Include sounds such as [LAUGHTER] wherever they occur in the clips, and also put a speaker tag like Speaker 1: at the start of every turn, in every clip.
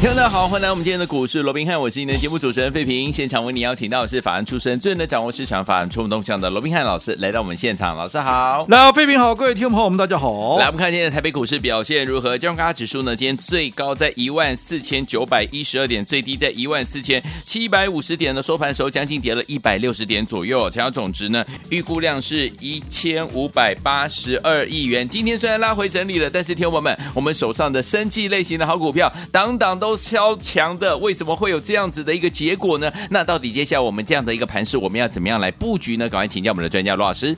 Speaker 1: 听众大家好，欢迎来到我们今天的股市罗宾汉，我是今天的节目主持人费平。现场为你邀请到的是法案出身、最能掌握市场法案冲动向的罗宾汉老师来到我们现场，老师好。
Speaker 2: 那费评好，各位听众朋友们，大家好。
Speaker 1: 来，我们看今天的台北股市表现如何？加权指数呢？今天最高在一万四千九百一十二点，最低在一万四千七百五十点的收盘时候，将近跌了一百六十点左右。成交总值呢，预估量是一千五百八十二亿元。今天虽然拉回整理了，但是听我们，我们手上的生技类型的好股票，档档都超强的，为什么会有这样子的一个结果呢？那到底接下来我们这样的一个盘势，我们要怎么样来布局呢？赶快请教我们的专家罗老师。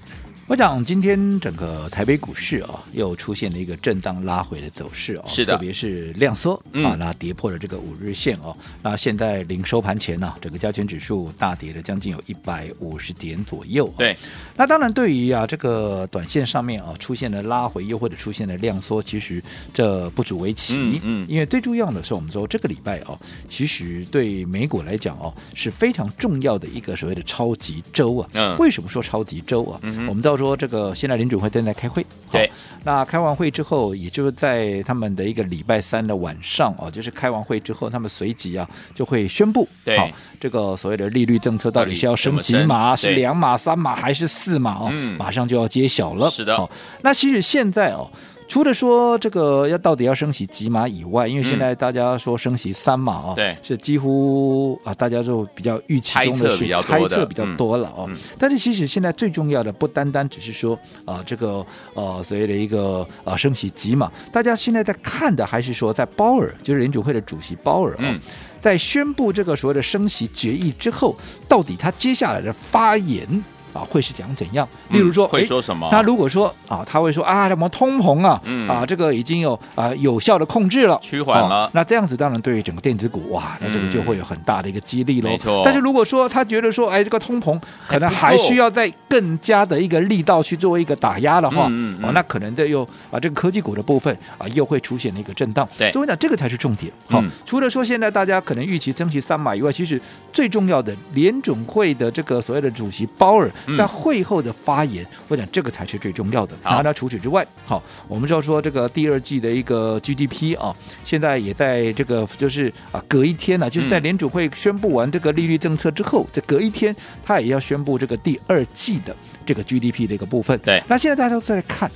Speaker 2: 我讲今天整个台北股市啊，又出现了一个震荡拉回的走势哦，
Speaker 1: 是的
Speaker 2: 特别是量缩、
Speaker 1: 嗯
Speaker 2: 啊，那跌破了这个五日线哦，那现在临收盘前呢、整个加权指数大跌了将近有一百五十点左右、哦，
Speaker 1: 对，
Speaker 2: 那当然，对于啊这个短线上面啊出现了拉回，又或者出现了量缩，其实这不足为奇。
Speaker 1: 嗯嗯
Speaker 2: 因为最重要的是，我们说这个礼拜哦，其实对美股来讲哦是非常重要的一个所谓的超级周啊。
Speaker 1: 嗯
Speaker 2: 为什么说超级周啊？
Speaker 1: 嗯哼
Speaker 2: 我们到说这个现在联准会正在开会，好
Speaker 1: 对，
Speaker 2: 那开完会之后，也就是在他们的一个礼拜三的晚上哦，就是开完会之后，他们随即啊就会宣布，
Speaker 1: 对
Speaker 2: 好这个所谓的利率政策到
Speaker 1: 到底
Speaker 2: 底是要
Speaker 1: 怎么
Speaker 2: 升几
Speaker 1: 升
Speaker 2: 码，是
Speaker 1: 对
Speaker 2: 两。两码、三码还是四码哦，
Speaker 1: 嗯
Speaker 2: 马上就要揭晓了。
Speaker 1: 是的
Speaker 2: 好那其实现在哦。除了说这个要到底要升息几码以外，因为现在大家说升息三码哦，
Speaker 1: 嗯对
Speaker 2: 是几乎啊大家就比较预期
Speaker 1: 猜
Speaker 2: 中
Speaker 1: 测
Speaker 2: 的
Speaker 1: 比
Speaker 2: 是
Speaker 1: 较
Speaker 2: 猜
Speaker 1: 多的
Speaker 2: 测比较多了哦。
Speaker 1: 嗯嗯
Speaker 2: 但是其实现在最重要的不单单只是说啊、这个呃所谓的一个呃升息几码，大家现在在看的还是说在鲍尔，就是联储会的主席鲍尔、哦，
Speaker 1: 嗯
Speaker 2: 在宣布这个所谓的升息决议之后，到底他接下来的发言啊会是讲怎样？例如说，
Speaker 1: 嗯会
Speaker 2: 诶
Speaker 1: 说什么
Speaker 2: 那如果说啊，他会说啊，什么通膨啊，
Speaker 1: 嗯
Speaker 2: 啊，这个已经有啊有效的控制了，
Speaker 1: 趋缓了
Speaker 2: 哦那这样子当然对于整个电子股哇，那这个
Speaker 1: 嗯
Speaker 2: 就会有很大的一个激励喽。
Speaker 1: 没错
Speaker 2: 但是如果说他觉得说，哎，这个通膨可能
Speaker 1: 还
Speaker 2: 还
Speaker 1: 不够
Speaker 2: 需要再更加的一个力道去做一个打压的话，
Speaker 1: 嗯嗯嗯
Speaker 2: 哦，那可能这又啊这个科技股的部分啊又会出现了一个震荡。
Speaker 1: 对
Speaker 2: 所以我讲这个才是重点。好、
Speaker 1: 嗯
Speaker 2: 除了说现在大家可能预期增息三码以外，其实最重要的联准会的这个所谓的主席鲍尔
Speaker 1: 嗯
Speaker 2: 在会后的发言，我讲这个才是最重要的。
Speaker 1: 好
Speaker 2: 然后呢，除此之外，好，我们就要说这个第二季的一个 GDP 啊，现在也在这个就是啊隔一天呢、就是在
Speaker 1: 嗯
Speaker 2: 联准会宣布完这个利率政策之后，这隔一天他也要宣布这个第二季的这个 GDP 的一个部分。
Speaker 1: 对
Speaker 2: 那现在大家都在看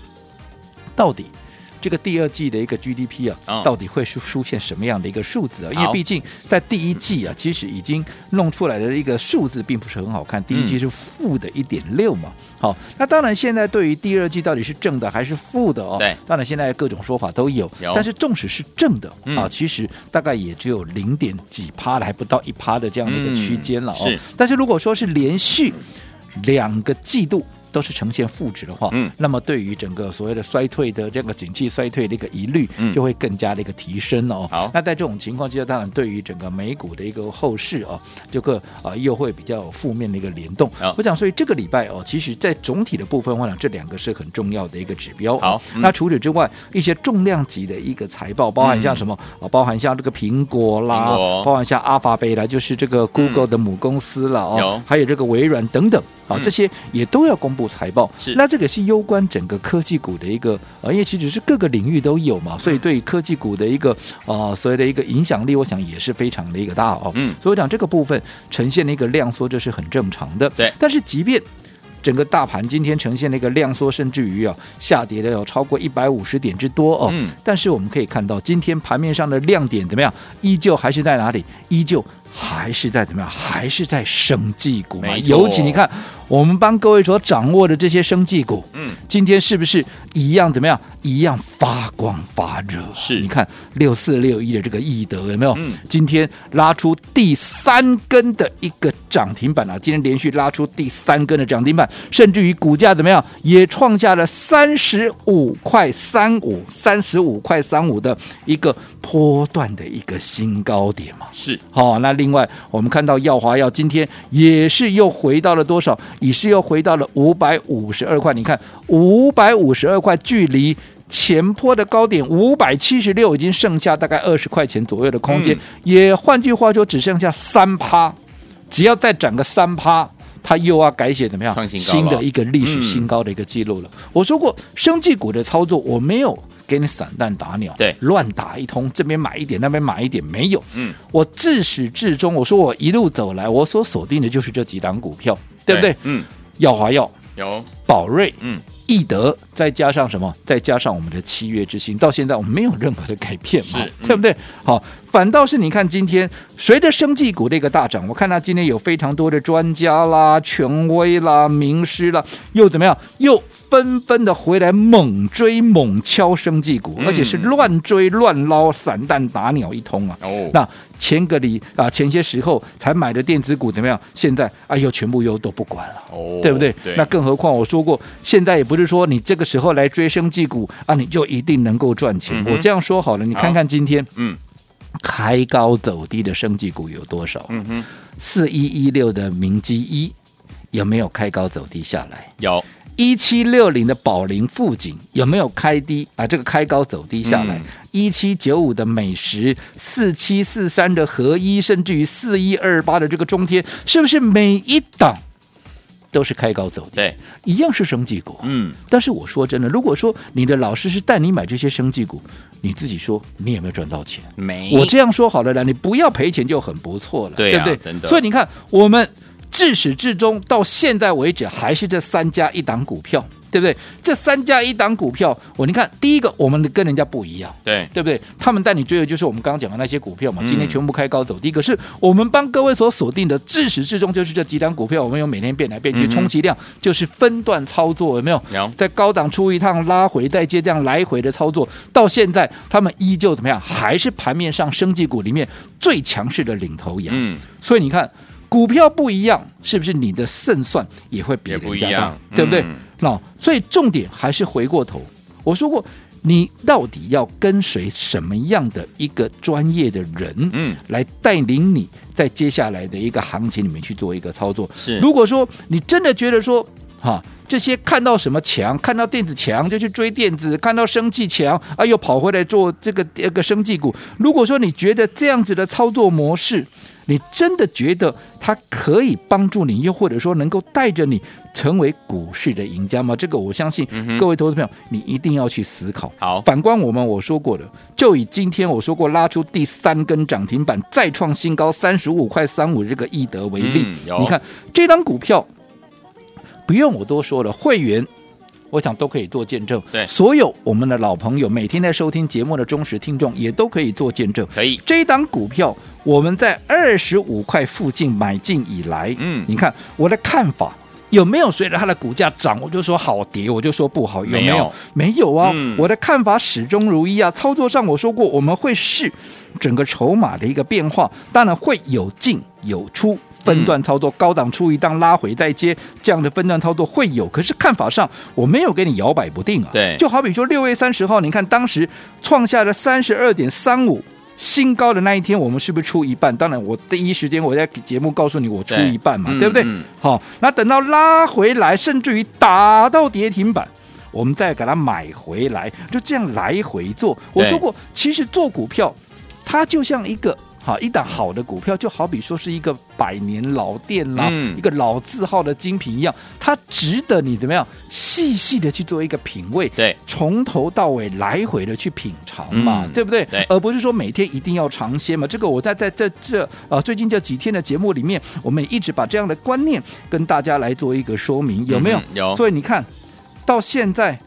Speaker 2: 到底。这个第二季的一个 GDP 啊，
Speaker 1: 嗯
Speaker 2: 到底会出出现什么样的一个数字啊？因
Speaker 1: 好
Speaker 2: 为毕竟在第一季啊，其实已经弄出来的一个数字并不是很好
Speaker 1: 嗯
Speaker 2: 看，第一季是负的一点六嘛。好，那当然现在对于第二季到底是正的还是负的哦，
Speaker 1: 对
Speaker 2: 当然现在各种说法都有，
Speaker 1: 有
Speaker 2: 但是纵使是正的、
Speaker 1: 嗯
Speaker 2: 啊，其实大概也只有零点几趴了，还不到一趴的这样的一个区间了哦。
Speaker 1: 嗯是
Speaker 2: 但是如果说是连续两个季度。都是呈现负值的话，
Speaker 1: 嗯
Speaker 2: 那么对于整个所谓的衰退的这个景气衰退的一个疑虑
Speaker 1: 嗯，
Speaker 2: 就会更加的一个提升了哦。
Speaker 1: 好
Speaker 2: 那在这种情况之下，当然对于整个美股的一个后市哦，这个啊又会比较有负面的一个联动。
Speaker 1: 好
Speaker 2: 我讲，所以这个礼拜哦，其实在总体的部分，我想这两个是很重要的一个指标哦、
Speaker 1: 好嗯
Speaker 2: 那除此之外，一些重量级的一个财报，包含像什么、啊？包含像这个苹果啦，
Speaker 1: 苹果嗯
Speaker 2: 包含像阿法贝啦，就是这个 Google 的母公司啦，
Speaker 1: 有
Speaker 2: 哦，还有这个微软等等。啊
Speaker 1: 嗯，
Speaker 2: 这些也都要公布财报，
Speaker 1: 是
Speaker 2: 那这个是攸关整个科技股的一个，呃，因为其实是各个领域都有
Speaker 1: 嗯
Speaker 2: 嘛，所以对科技股的一个呃所谓的一个影响力，我想也是非常的一个大哦。
Speaker 1: 嗯
Speaker 2: 所以我讲这个部分呈现了一个量缩，这是很正常的。
Speaker 1: 对
Speaker 2: 但是即便整个大盘今天呈现了一个量缩，甚至于啊下跌了有超过一百五十点之多哦。
Speaker 1: 嗯
Speaker 2: 但是我们可以看到，今天盘面上的亮点怎么样？依旧还是在哪里？依旧还是在怎么样？还是在生技股嘛
Speaker 1: 没。错
Speaker 2: 尤其你看，我们帮各位所掌握的这些生技股，
Speaker 1: 嗯嗯
Speaker 2: 今天是不是一样怎么样？一样发光发热啊、
Speaker 1: 是
Speaker 2: 你看六四六一的这个易德有没有？
Speaker 1: 嗯
Speaker 2: 今天拉出第三根的一个涨停板啊！今天连续拉出第三根的涨停板，甚至于股价怎么样，也创下了三十五块三五、三十五块三五的一个波段的一个新高点嘛。
Speaker 1: 是
Speaker 2: 好、那另外我们看到耀华药今天也是又回到了多少？也是又回到了五百五十二块。你看，五百五十二块距离。前坡的高点五百七十六，已经剩下大概二十块钱左右的空间，
Speaker 1: 嗯
Speaker 2: 也换句话说，只剩下三趴。只要再涨个三趴，它又要改写怎么样？
Speaker 1: 创新高了嗯
Speaker 2: 新的一个历史新高的一个记录了。我说过，生技股的操作我没有给你散弹打鸟，
Speaker 1: 对
Speaker 2: 乱打一通，这边买一点，那边买一点，没有。
Speaker 1: 嗯，
Speaker 2: 我自始至终，我说我一路走来，我所锁定的就是这几档股票，对不对？
Speaker 1: 嗯，
Speaker 2: 耀华药、
Speaker 1: 有，
Speaker 2: 宝瑞、
Speaker 1: 嗯，
Speaker 2: 易德，再加上什么？再加上我们的七月之星，到现在我们没有任何的改变嘛
Speaker 1: 是，嗯
Speaker 2: 对不对？好，反倒是你看今天随着生技股的一个大涨，我看到今天有非常多的专家啦、权威啦、名师啦，又怎么样？又纷纷的回来猛追猛敲生技股，
Speaker 1: 嗯
Speaker 2: 而且是乱追乱捞、散弹打鸟一通啊！
Speaker 1: 哦，
Speaker 2: 那前个礼啊，前些时候才买的电子股怎么样？现在哎呦，全部又都不管了。
Speaker 1: 哦
Speaker 2: 对不对？
Speaker 1: 对，
Speaker 2: 那更何况我说过，现在也不是说你这个时候来追升绩股啊，你就一定能够赚钱。
Speaker 1: 嗯哼
Speaker 2: 我这样说好了，你
Speaker 1: 好
Speaker 2: 看看今天
Speaker 1: 嗯
Speaker 2: 开高走低的升绩股有多少？
Speaker 1: 嗯哼，
Speaker 2: 四一一六的明基一有没有开高走低下来？
Speaker 1: 有，
Speaker 2: 一七六零的宝林富锦有没有开低啊？这个开高走低下来
Speaker 1: 嗯，
Speaker 2: 一七九五的美食，四七四三的合一，甚至于四一二八的这个中天，是不是每一档都是开高走低？
Speaker 1: 对，
Speaker 2: 一样是生技股。
Speaker 1: 嗯，
Speaker 2: 但是我说真的，如果说你的老师是带你买这些生技股，你自己说你有没有赚到钱？
Speaker 1: 没，
Speaker 2: 我这样说好了啦，你不要赔钱就很不错了，
Speaker 1: 对啊
Speaker 2: 不对？
Speaker 1: 真的
Speaker 2: 所以你看，我们至始至终到现在为止，还是这三家一档股票，对不对？这三家一档股票，我你看，第一个我们跟人家不一样。
Speaker 1: 对，
Speaker 2: 对不对？他们带你追的就是我们刚刚讲的那些股票嘛，
Speaker 1: 嗯
Speaker 2: 今天全部开高走低。可是我们帮各位所锁定的，至始至终就是这几档股票，我们有每天变来变去，
Speaker 1: 嗯哼
Speaker 2: 充其量就是分段操作，有没有？
Speaker 1: 有
Speaker 2: 在高档出一趟，拉回再接这样来回的操作，到现在他们依旧怎么样？还是盘面上生技股里面最强势的领头羊。
Speaker 1: 嗯，
Speaker 2: 所以你看，股票不一样，是不是你的胜算也会比
Speaker 1: 也不
Speaker 2: 人
Speaker 1: 一
Speaker 2: 家大
Speaker 1: 样，
Speaker 2: 对不对
Speaker 1: 嗯？
Speaker 2: 那、所以重点还是回过头，我说过，你到底要跟随什么样的一个专业的人，
Speaker 1: 嗯，
Speaker 2: 来带领你在接下来的一个行情里面去做一个操作。
Speaker 1: 是
Speaker 2: 如果说你真的觉得说，哈、这些看到什么强，看到电子强就去追电子，看到生技强，啊，又跑回来做这个这个生技股。如果说你觉得这样子的操作模式，你真的觉得它可以帮助你，又或者说能够带着你成为股市的赢家吗？这个我相信
Speaker 1: 哼
Speaker 2: 各位投资朋友，你一定要去思考。
Speaker 1: 好
Speaker 2: 反观我们我说过的，就以今天我说过拉出第三根涨停板，再创新高三十五块三五这个易德为例，
Speaker 1: 嗯有
Speaker 2: 你看这张股票，不用我多说了，会员。我想都可以做见证，
Speaker 1: 对
Speaker 2: 所有我们的老朋友，每天在收听节目的忠实听众也都可以做见证。
Speaker 1: 可以，
Speaker 2: 这一档股票，我们在二十五块附近买进以来，
Speaker 1: 嗯
Speaker 2: 你看我的看法。有没有随着它的股价涨，我就说好跌，我就说不好？有没
Speaker 1: 没
Speaker 2: 有
Speaker 1: 有？
Speaker 2: 没有啊！
Speaker 1: 嗯
Speaker 2: 我的看法始终如一啊。操作上我说过，我们会试整个筹码的一个变化，当然会有进有出，分段操作，高档出一档拉回再接，这样的分段操作会有。可是看法上，我没有给你摇摆不定啊。
Speaker 1: 对
Speaker 2: 就好比说六月三十号，你看当时创下了三十二点三五。新高的那一天，我们是不是出一半？当然，我第一时间我在节目告诉你，我出
Speaker 1: 对
Speaker 2: 一半嘛，
Speaker 1: 嗯
Speaker 2: 对不对？
Speaker 1: 嗯
Speaker 2: 好，那等到拉回来，甚至于打到跌停板，我们再给它买回来，就这样来回做。我
Speaker 1: 对
Speaker 2: 说过，其实做股票，它就像一个。好一档好的股票，就好比说是一个百年老店啦，
Speaker 1: 嗯
Speaker 2: 一个老字号的精品一样，它值得你怎么样细细的去做一个品味，
Speaker 1: 对，
Speaker 2: 从头到尾来回的去品尝嘛，
Speaker 1: 嗯
Speaker 2: 对不对？
Speaker 1: 对
Speaker 2: 而不是说每天一定要尝鲜嘛。这个我在在在这呃最近这几天的节目里面，我们也一直把这样的观念跟大家来做一个说明，有没有？
Speaker 1: 嗯有
Speaker 2: 所以你看到现在，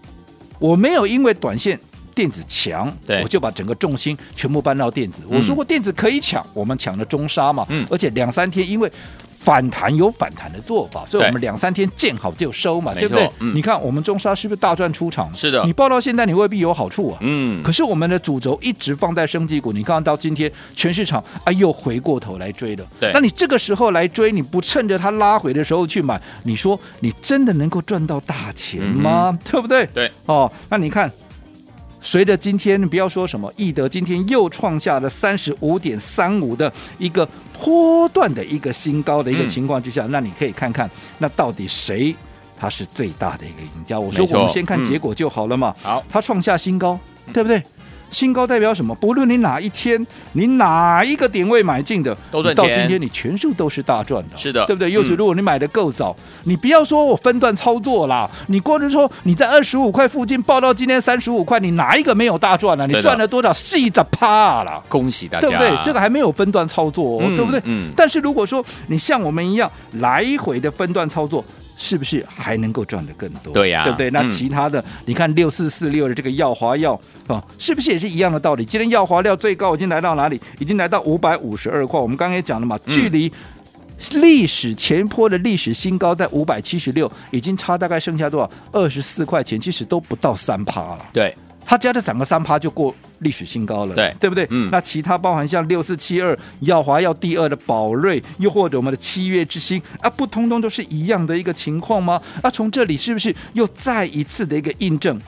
Speaker 2: 我没有因为短线。电子强，
Speaker 1: 对
Speaker 2: 我就把整个重心全部搬到电子。
Speaker 1: 嗯
Speaker 2: 我说过电子可以抢，我们抢了中沙嘛，
Speaker 1: 嗯
Speaker 2: 而且两三天因为反弹有反弹的做法，所以
Speaker 1: 对
Speaker 2: 我们两三天见好就收嘛，
Speaker 1: 没
Speaker 2: 对
Speaker 1: 错
Speaker 2: 不对？
Speaker 1: 嗯
Speaker 2: 你看我们中沙是不是大赚出场？
Speaker 1: 是的
Speaker 2: 你报到现在你未必有好处啊。
Speaker 1: 嗯，
Speaker 2: 可是我们的主轴一直放在生技股，你看到今天全市场啊又回过头来追了。
Speaker 1: 对
Speaker 2: 那你这个时候来追，你不趁着它拉回的时候去买，你说你真的能够赚到大钱
Speaker 1: 嗯
Speaker 2: 吗？对不对？
Speaker 1: 对，
Speaker 2: 哦，那你看。随着今天，不要说什么易德，今天又创下了三十五点三五的一个波段的一个新高的一个
Speaker 1: 嗯
Speaker 2: 情况之下，那你可以看看，那到底谁他是最大的一个赢家？我说
Speaker 1: 没错
Speaker 2: 我们先看
Speaker 1: 嗯
Speaker 2: 结果就好了嘛。
Speaker 1: 好，嗯
Speaker 2: 它创下新高，对不对？新高代表什么？不论你哪一天，你哪一个点位买进的，
Speaker 1: 都赚
Speaker 2: 你到
Speaker 1: 钱
Speaker 2: 今天你全数都是大赚的，
Speaker 1: 是的
Speaker 2: 对不对？尤其
Speaker 1: 嗯
Speaker 2: 如果你买的够早，你不要说我分段操作啦，你光是说你在二十五块附近报到今天三十五块，你哪一个没有大赚呢、啊
Speaker 1: 对
Speaker 2: 你
Speaker 1: 的
Speaker 2: 赚了多少？细的趴啦！
Speaker 1: 恭喜大家，
Speaker 2: 对不对？这个还没有分段操作、哦，
Speaker 1: 嗯
Speaker 2: 对不对？
Speaker 1: 嗯
Speaker 2: 但是如果说你像我们一样来回的分段操作。是不是还能够赚得更多？
Speaker 1: 对呀
Speaker 2: 对不对？那
Speaker 1: 嗯
Speaker 2: 其他的，你看六四四六的这个耀华药啊，是不是也是一样的道理？今天耀华药最高已经来到哪里？已经来到五百五十二块。我们刚刚也讲了嘛，
Speaker 1: 嗯
Speaker 2: 距离历史前坡的历史新高在五百七十六，已经差大概剩下多少？二十四块钱，其实都不到三趴了。
Speaker 1: 对
Speaker 2: 它加的涨个三趴就过历史新高了，
Speaker 1: 对
Speaker 2: 对不对？
Speaker 1: 嗯
Speaker 2: 那其他包含像六四七二、耀华耀第二的宝瑞，又或者我们的七月之星啊，不通通都是一样的一个情况吗？啊，从这里是不是又再一次的一个印证？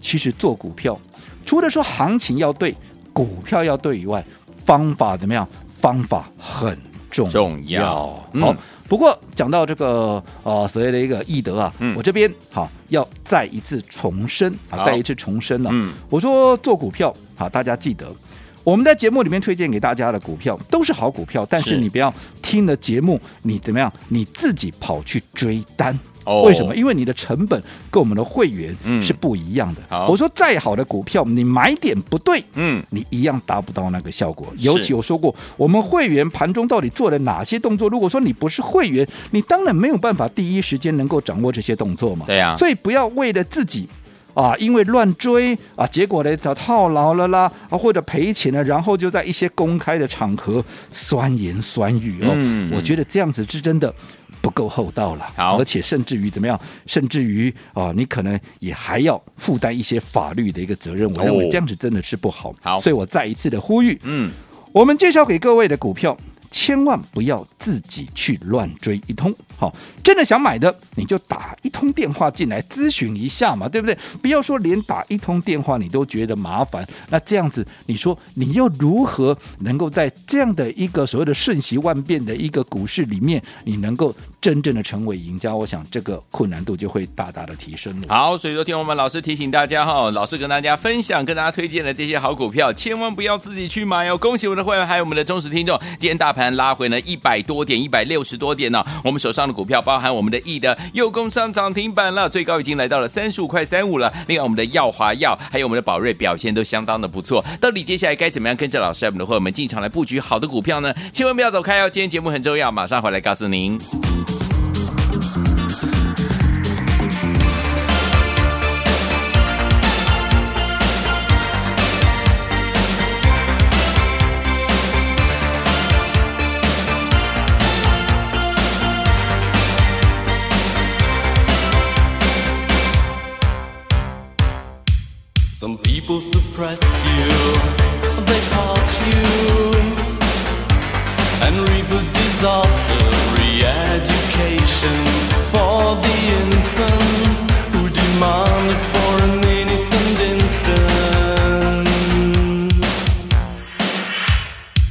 Speaker 2: 其实做股票，除了说行情要对，股票要对以外，方法怎么样？方法很重
Speaker 1: 重要
Speaker 2: 要。
Speaker 1: 嗯
Speaker 2: 好，不过讲到这个呃所谓的一个易德啊，
Speaker 1: 嗯
Speaker 2: 我这边好要再一次重申
Speaker 1: 好
Speaker 2: 啊，再一次重申了、
Speaker 1: 嗯
Speaker 2: 我说做股票好，大家记得。我们在节目里面推荐给大家的股票都是好股票，但
Speaker 1: 是
Speaker 2: 是你不要听了节目，你怎么样，你自己跑去追单。
Speaker 1: 哦
Speaker 2: 为什么？因为你的成本跟我们的会员
Speaker 1: 嗯
Speaker 2: 是不一样的。
Speaker 1: 好
Speaker 2: 我说再好的股票，你买点不对，
Speaker 1: 嗯，
Speaker 2: 你一样达不到那个效果。
Speaker 1: 是
Speaker 2: 尤其我说过，我们会员盘中到底做了哪些动作？如果说你不是会员，你当然没有办法第一时间能够掌握这些动作嘛。
Speaker 1: 对啊呀、
Speaker 2: 所以不要为了自己。啊，因为乱追啊，结果呢他套牢了啦，啊或者赔钱了，然后就在一些公开的场合酸言酸语哦，
Speaker 1: 嗯
Speaker 2: 我觉得这样子是真的不够厚道了，
Speaker 1: 好
Speaker 2: 而且甚至于怎么样，甚至于啊，你可能也还要负担一些法律的一个责任，我认为
Speaker 1: 哦
Speaker 2: 这样子真的是不好。
Speaker 1: 好
Speaker 2: 所以我再一次的呼吁，
Speaker 1: 嗯，
Speaker 2: 我们介绍给各位的股票，千万不要自己去乱追一通。好、真的想买的，你就打一通电话进来咨询一下嘛，对不对？不要说连打一通电话你都觉得麻烦，那这样子，你说你又如何能够在这样的一个所谓的瞬息万变的一个股市里面，你能够真正的成为赢家？我想这个困难度就会大大的提升了。
Speaker 1: 好，所以说听我们老师提醒大家哈，老师跟大家分享、跟大家推荐的这些好股票，千万不要自己去买哦。恭喜我们的会员，还有我们的忠实听众，今天大盘拉回呢一百多点，一百六十多点呢、我们手上的股票，包含我们的易的又攻上涨停板了，最高已经来到了三十五块三五了。另外我们的耀华药，还有我们的宝瑞表现都相当的不错。到底接下来该怎么样跟着老师，还有我们的会员们进场来布局好的股票呢？千万不要走开哦，今天节目很重要，马上回来告诉您。
Speaker 3: Some people suppress you, they part you, and reboot disaster, re-education for the infants who demand it for an innocent instant.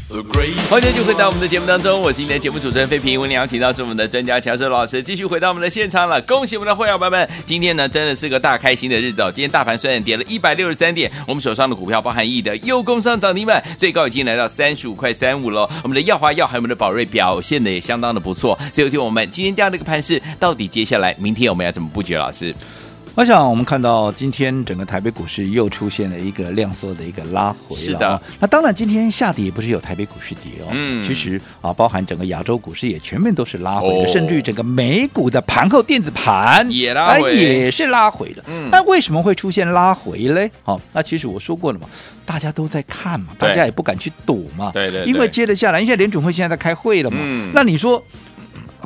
Speaker 3: The great
Speaker 1: 欢迎继续回到我们的节目当中，我是今天的节目主持人费平。为您邀请到是我们的专家乔硕老师，继续回到我们的现场了。恭喜我们的会员朋友们，今天呢真的是个大开心的日子哦。今天大盘虽然跌了一百六十三点，我们手上的股票包含易德又攻上涨停板，最高已经来到三十五块三五了。我们的耀华药还有我们的宝瑞表现的也相当的不错。所以，听我们今天这样的一个盘势，到底接下来明天我们要怎么布局？老师，
Speaker 2: 我想，我们看到今天整个台北股市又出现了一个量缩的一个拉回了、啊
Speaker 1: 是的，
Speaker 2: 那当然，今天下跌不是有台北股市跌哦，
Speaker 1: 嗯
Speaker 2: 其实啊，包含整个亚洲股市也全面都是拉回的，
Speaker 1: 哦
Speaker 2: 甚至于整个美股的盘后电子盘
Speaker 1: 也拉回
Speaker 2: 啊也是拉回的。
Speaker 1: 嗯
Speaker 2: 那为什么会出现拉回嘞？好、那其实我说过了嘛，大家都在看嘛，
Speaker 1: 对
Speaker 2: 大家也不敢去赌嘛，
Speaker 1: 对对对
Speaker 2: 因为接着下来，因为联准会现在在开会了嘛，
Speaker 1: 嗯
Speaker 2: 那你说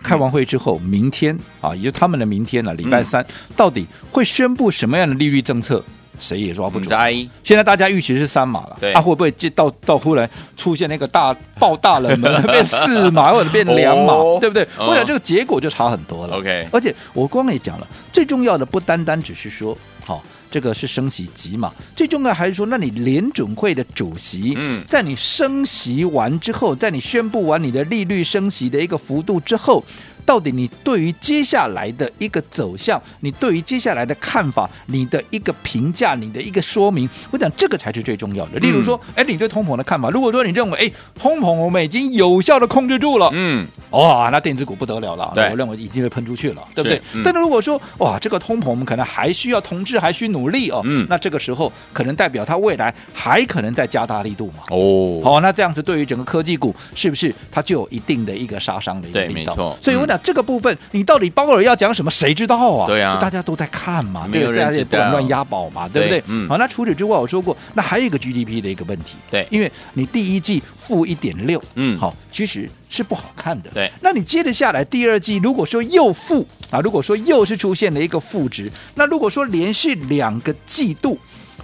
Speaker 2: 开完会之后，明天啊，也就是他们的明天了、礼
Speaker 1: 嗯
Speaker 2: 拜三、到底会宣布什么样的利率政策，谁也抓不
Speaker 1: 不
Speaker 2: 准。
Speaker 1: 嗯在
Speaker 2: 现在大家预期是三码了，
Speaker 1: 对
Speaker 2: 啊，会不会这到到忽然出现那个大爆大冷
Speaker 1: [LAUGHS]
Speaker 2: 门，变四码或者变两码，
Speaker 1: 哦
Speaker 2: 对不对？
Speaker 1: 嗯
Speaker 2: 我想这个结果就差很多了。
Speaker 1: OK
Speaker 2: 而且我刚刚也讲了，最重要的不单单只是说，好、这个是升息几码，最重要还是说，那你联准会的主席，
Speaker 1: 嗯
Speaker 2: 在你升息完之后，在你宣布完你的利率升息的一个幅度之后，到底你对于接下来的一个走向，你对于接下来的看法，你的一个评价，你的一个说明，我讲这个才是最重要的。例如说，哎、你对通膨的看法，如果说你认为，哎，通膨我们已经有效的控制住了，
Speaker 1: 嗯，
Speaker 2: 哇，哦那电子股不得了了，
Speaker 1: 对
Speaker 2: 那我认为已经被喷出去了，对不对
Speaker 1: 是？嗯
Speaker 2: 但是如果说哇，这个通膨我们可能还需要同志还需努力哦，
Speaker 1: 嗯
Speaker 2: 那这个时候可能代表它未来还可能再加大力度嘛。
Speaker 1: 哦，
Speaker 2: 好、那这样子对于整个科技股是不是它就有一定的一个杀伤的一个
Speaker 1: 对
Speaker 2: 力
Speaker 1: 没
Speaker 2: 道？
Speaker 1: 错嗯
Speaker 2: 所以我讲这个部分，你到底鲍尔要讲什么，谁知道啊？
Speaker 1: 对啊
Speaker 2: 大家都在看嘛，
Speaker 1: 没有
Speaker 2: 对不对
Speaker 1: 人
Speaker 2: 大家也
Speaker 1: 知
Speaker 2: 不敢
Speaker 1: 道
Speaker 2: 乱押宝嘛，对不
Speaker 1: 对
Speaker 2: 对？
Speaker 1: 嗯
Speaker 2: 好，那除此之外，我说过，那还有一个 GDP 的一个问题，
Speaker 1: 对
Speaker 2: 因为你第一季负一点六，
Speaker 1: 嗯
Speaker 2: 好，其实是不好看的，
Speaker 1: 对
Speaker 2: 那你接着下来第二季，如果说又负啊，如果说又是出现了一个负值，那如果说连续两个季度。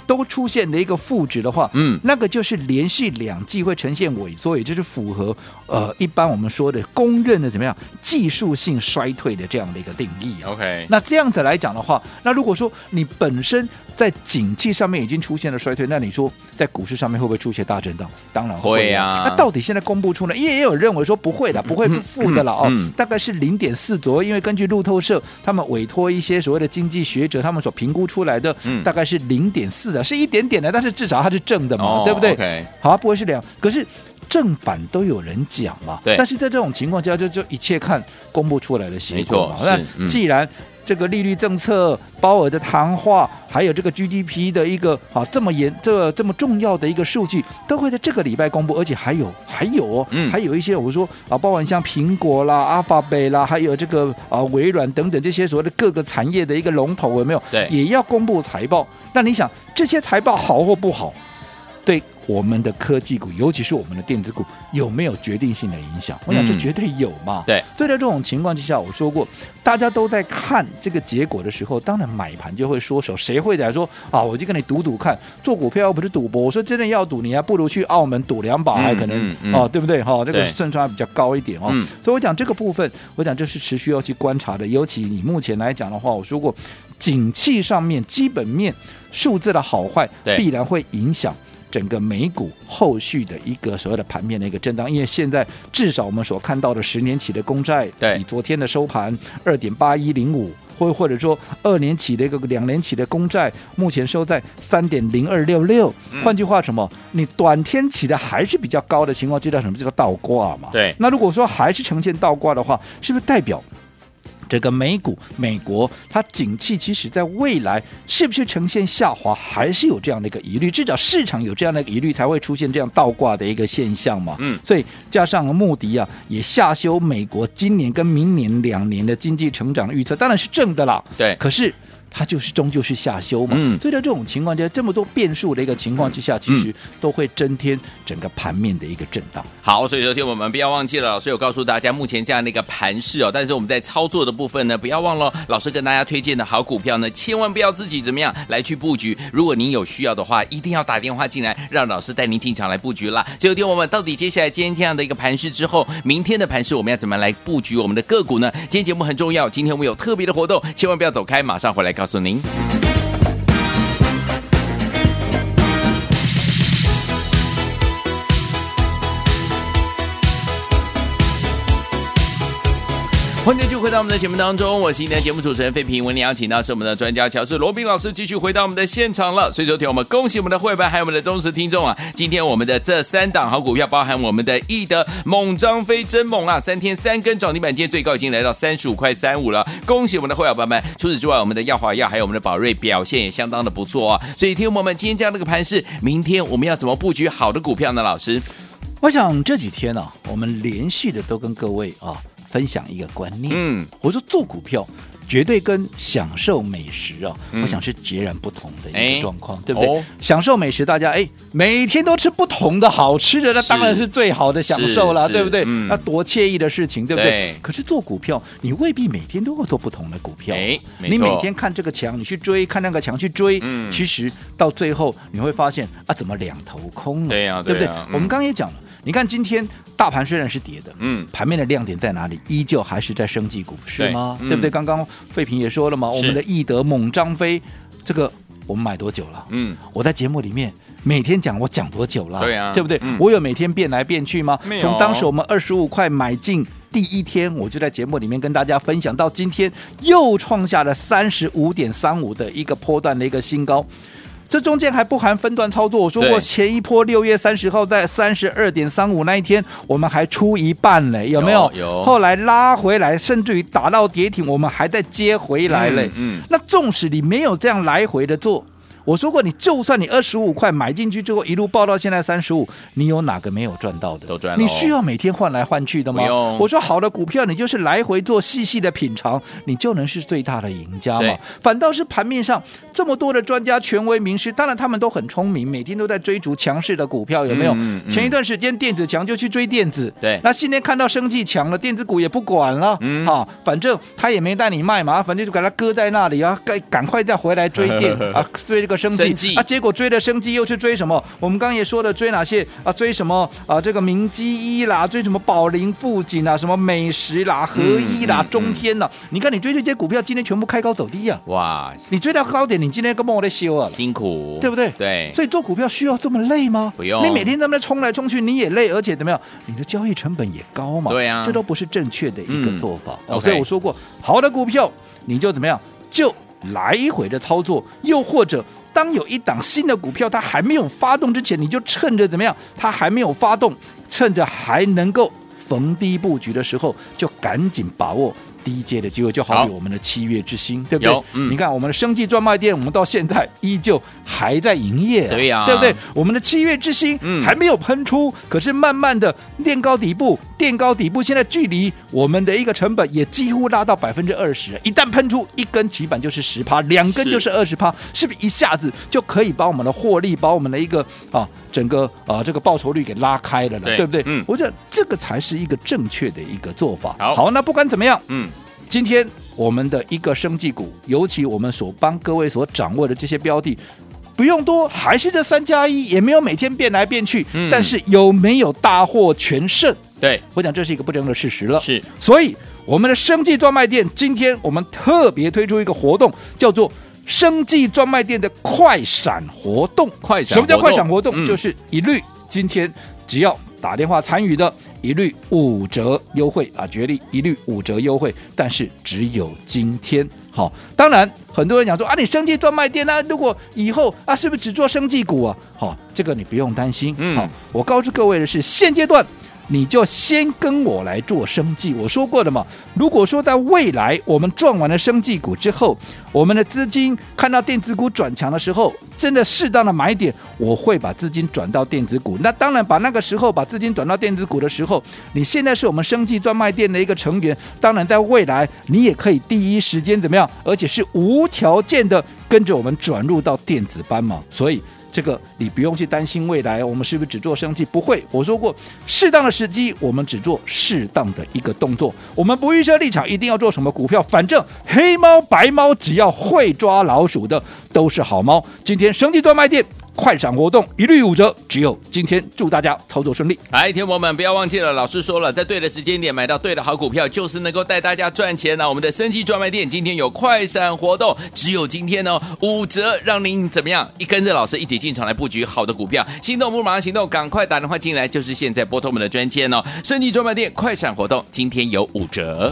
Speaker 2: 都出现了一个负值的话，
Speaker 1: 嗯
Speaker 2: 那个就是连续两季会呈现萎缩，也就是符合呃一般我们说的公认的怎么样技术性衰退的这样的一个定义啊。
Speaker 1: ，OK，
Speaker 2: 那这样子来讲的话，那如果说你本身在景气上面已经出现了衰退，那你说在股市上面会不会出现大震荡？当然会
Speaker 1: 会啊
Speaker 2: 那到底现在公布
Speaker 1: [LAUGHS]
Speaker 2: 出来，因为也有人认为说不会的，不会负的了哦，
Speaker 1: 嗯
Speaker 2: 大概是零点四左右。因为根据路透社他们委托一些所谓的经济学者，他们所评估出来的，
Speaker 1: 嗯
Speaker 2: 大概是零点四的，是一点点的，但是至少它是正的嘛，
Speaker 1: 哦
Speaker 2: 对不对
Speaker 1: OK
Speaker 2: 好、啊，不会是两，可是。正反都有人讲嘛，
Speaker 1: 对
Speaker 2: 但是在这种情况之下，就就一切看公布出来的结果嘛。
Speaker 1: 没错是嗯
Speaker 2: 那既然这个利率政策、鲍尔的谈话，还有这个 GDP 的一个啊这么严、这这么重要的一个数据，都会在这个礼拜公布，而且还有还有哦，
Speaker 1: 嗯
Speaker 2: 还有一些我说啊，包含像苹果啦、阿法贝啦，还有这个啊微软等等这些所谓的各个产业的一个龙头，有没有？
Speaker 1: 对
Speaker 2: 也要公布财报。那你想这些财报好或不好，对我们的科技股，尤其是我们的电子股，有没有决定性的影响？我想这
Speaker 1: 嗯
Speaker 2: 绝对有嘛。
Speaker 1: 对
Speaker 2: 所以在这种情况之下，我说过，大家都在看这个结果的时候，当然买盘就会缩手，谁会来说啊？我就跟你赌赌看，做股票又不是赌博。我说真的要赌，你还不如去澳门赌两把，
Speaker 1: 嗯
Speaker 2: 还可能、
Speaker 1: 嗯嗯
Speaker 2: 哦，对不对？哈、这个
Speaker 1: 对
Speaker 2: 胜 [LAUGHS] 算比较高一点哦。
Speaker 1: 嗯
Speaker 2: 所以我讲这个部分，我讲这是持续要去观察的。尤其你目前来讲的话，我说过，景气上面基本面数字的好坏，
Speaker 1: 对
Speaker 2: 必然会影响。整个美股后续的一个所谓的盘面的一个震荡，因为现在至少我们所看到的十年期的公债，
Speaker 1: 对
Speaker 2: 以昨天的收盘二点八一零五，或或者说二年期的一个两年期的公债，目前收在三点零二六六。
Speaker 1: 嗯
Speaker 2: 换句话什么？你短天期的还是比较高的情况，就叫什么？就叫倒挂嘛。
Speaker 1: 对
Speaker 2: 那如果说还是呈现倒挂的话，是不是代表这个美股、美国它景气其实在未来是不是呈现下滑，还是有这样的一个疑虑？至少市场有这样的一个疑虑，才会出现这样倒挂的一个现象嘛。
Speaker 1: 嗯
Speaker 2: 所以加上穆迪啊，也下修美国今年跟明年两年的经济成长预测，当然是正的啦。
Speaker 1: 对
Speaker 2: 可是。它就是终究是下修嘛，
Speaker 1: 嗯
Speaker 2: 所以在这种情况之下，这么多变数的一个情况之下，其实都会增添整个盘面的一个震荡。
Speaker 1: 好，所以昨天我们不要忘记了，老师有告诉大家目前这样的一个盘势哦，但是我们在操作的部分呢，不要忘了哦老师跟大家推荐的好股票呢，千万不要自己怎么样来去布局。如果您有需要的话，一定要打电话进来，让老师带您进场来布局啦。所以昨天我们到底接下来今天这样的一个盘势之后，明天的盘势我们要怎么来布局我们的个股呢？今天节目很重要，今天我们有特别的活动，千万不要走开，马上回来告诉您。欢迎继续回到我们的节目当中，我是今天的节目主持人费平。为您邀请到是我们的专家乔治罗宾老师，继续回到我们的现场了。所以，昨天我们恭喜我们的会员还有我们的忠实听众啊！今天我们的这三档好股票，包含我们的易德、猛张飞、真猛啊，三天三根涨停板，今天最高已经来到三十五块三五了。恭喜我们的会员朋友们！除此之外，我们的耀华药还有我们的宝瑞表现也相当的不错啊。所以，听众朋友们，今天这样的一个盘势，明天我们要怎么布局好的股票呢？老师，
Speaker 2: 我想这几天呢、我们连续的都跟各位啊分享一个观念，
Speaker 1: 嗯，
Speaker 2: 我说做股票。绝对跟享受美食哦，
Speaker 1: 嗯
Speaker 2: 我想是截然不同的一
Speaker 1: 哎
Speaker 2: 个状况，对不对？
Speaker 1: 哦
Speaker 2: 享受美食，大家哎，每天都吃不同的好吃的，那
Speaker 1: 是
Speaker 2: 当然是最好的享受
Speaker 1: 是
Speaker 2: 了，
Speaker 1: 是
Speaker 2: 对不对？
Speaker 1: 嗯
Speaker 2: 那多惬意的事情，对不对？
Speaker 1: 对
Speaker 2: 可是做股票，你未必每天都要做不同的股票，哦
Speaker 1: 哎没
Speaker 2: 你
Speaker 1: 错
Speaker 2: 每天看这个墙，你去追；看那个墙去追，
Speaker 1: 嗯
Speaker 2: 其实到最后你会发现啊，怎么两头空啊？
Speaker 1: 对呀
Speaker 2: 对不
Speaker 1: 对
Speaker 2: 对？
Speaker 1: 呀嗯
Speaker 2: 我们刚刚也讲了，你看今天大盘虽然是跌的，
Speaker 1: 嗯，
Speaker 2: 盘面的亮点在哪里？依旧还是在升级股，是吗？
Speaker 1: 对嗯
Speaker 2: 对不对？刚刚费平也说了嘛，
Speaker 1: 是
Speaker 2: 我们的易德、猛张飞，这个我们买多久了？
Speaker 1: 嗯，
Speaker 2: 我在节目里面每天讲，我讲多久了？
Speaker 1: 对啊
Speaker 2: 对不对？
Speaker 1: 嗯
Speaker 2: 我有每天变来变去吗
Speaker 1: 没？有
Speaker 2: 从当时我们二十五块买进。第一天我就在节目里面跟大家分享，到今天又创下了三十五点三五的一个波段的一个新高，这中间还不含分段操作。我说
Speaker 1: 对
Speaker 2: 过，前一波六月三十号在三十二点三五那一天，我们还出一半嘞，有没有？
Speaker 1: 有有
Speaker 2: 后来拉回来，甚至于打到跌停，我们还在接回来嘞。
Speaker 1: 嗯嗯
Speaker 2: 那纵使你没有这样来回的做。我说过，你就算你二十五块买进去之后一路报到现在三十五，你有哪个没有赚到的？
Speaker 1: 都赚了哦
Speaker 2: 你需要每天换来换去的吗
Speaker 1: 不用？
Speaker 2: 我说好的股票，你就是来回做细细的品尝，你就能是最大的赢家嘛
Speaker 1: 对。
Speaker 2: 反倒是盘面上这么多的专家、权威、名师，当然他们都很聪明，每天都在追逐强势的股票，有没有？
Speaker 1: 嗯嗯嗯
Speaker 2: 前一段时间电子强就去追电子，
Speaker 1: 对
Speaker 2: 那今天看到生技强了，电子股也不管了，
Speaker 1: 嗯
Speaker 2: 啊，反正他也没带你卖嘛，啊反正就给他搁在那里啊，赶赶快再回来追
Speaker 1: [LAUGHS]
Speaker 2: 电啊，追这个生技
Speaker 1: 生技
Speaker 2: 啊，结果追了生技又去追什么？我们刚刚也说了，追哪些啊？追什么啊？这个明基一啦，追什么宝林富锦啊，什么美食啦、合一啦、
Speaker 1: 嗯嗯
Speaker 2: 中天啦，你看你追这些股票，今天全部开高走低啊，
Speaker 1: 哇，
Speaker 2: 你追到高点，你今天跟我在修啊。
Speaker 1: 辛苦，
Speaker 2: 对不对
Speaker 1: 对，
Speaker 2: 所以做股票需要这么累吗？
Speaker 1: 不用
Speaker 2: 你每天在那冲来冲去，你也累，而且怎么样，你的交易成本也高嘛。
Speaker 1: 对啊
Speaker 2: 这都不是正确的一个
Speaker 1: 嗯
Speaker 2: 做法。哦
Speaker 1: OK
Speaker 2: 所以我说过，好的股票你就怎么样，就来回的操作，又或者。当有一档新的股票它还没有发动之前，你就趁着怎么样？它还没有发动，趁着还能够逢低布局的时候，就赶紧把握低阶的机会。就好比
Speaker 1: 好
Speaker 2: 我们的七月之星，对不对
Speaker 1: 有？嗯
Speaker 2: 你看我们的生计专卖店，我们到现在依旧还在营业、啊
Speaker 1: 对呀
Speaker 2: 对不对？我们的七月之星
Speaker 1: 嗯
Speaker 2: 还没有喷出，可是慢慢的垫高底部，垫高底部，现在距离我们的一个成本也几乎拉到百分之二十。一旦喷出一根起板就是十趴，两根
Speaker 1: 是
Speaker 2: 就是二十趴，是不是一下子就可以把我们的获利，把我们的一个啊整个啊这个报酬率给拉开了呢？
Speaker 1: 对
Speaker 2: 对不对？
Speaker 1: 嗯
Speaker 2: 我觉得这个才是一个正确的一个做法。
Speaker 1: 好
Speaker 2: 那不管怎么样，
Speaker 1: 嗯，
Speaker 2: 今天我们的一个生技股，尤其我们所帮各位所掌握的这些标的。不用多，还是这三加一，也没有每天变来变去，
Speaker 1: 嗯
Speaker 2: 但是有没有大获全胜？
Speaker 1: 对，
Speaker 2: 我讲这是一个不争的事实了。
Speaker 1: 是，
Speaker 2: 所以我们的生技专卖店今天我们特别推出一个活动，叫做生技专卖店的快闪活动。
Speaker 1: 快闪
Speaker 2: 什么叫
Speaker 1: 活动
Speaker 2: 快闪活动？
Speaker 1: 嗯
Speaker 2: 就是一律今天只要打电话参与的，一律五折优惠啊，决定一律五折优惠，但是只有今天。好，当然很多人讲说啊，你生技专卖店那、如果以后啊，是不是只做生技股啊？好，这个你不用担心。
Speaker 1: 嗯
Speaker 2: 好，我告诉各位的是，现阶段你就先跟我来做生计。我说过的嘛，如果说在未来我们赚完了生计股之后，我们的资金看到电子股转强的时候，真的适当的买点，我会把资金转到电子股。那当然，把那个时候把资金转到电子股的时候，你现在是我们生计专卖店的一个成员，当然在未来你也可以第一时间怎么样，而且是无条件的跟着我们转入到电子班嘛。所以。这个你不用去担心未来我们是不是只做生计，不会。我说过，适当的时机我们只做适当的一个动作，我们不预设立场一定要做什么股票，反正黑猫白猫只要会抓老鼠的都是好猫。今天生计专卖店快闪活动一律五折，只有今天，祝大家操作顺利。
Speaker 1: 来，听众朋友们，不要忘记了，老师说了，在对的时间点买到对的好股票，就是能够带大家赚钱啊呢、我们的生级专卖店今天有快闪活动，只有今天哦，五折，让您怎么样？一跟着老师一起进场来布局好的股票，心动不如马上行动，赶快打电话进来，就是现在拨通我们的专线哦，生级专卖店快闪活动今天有五折。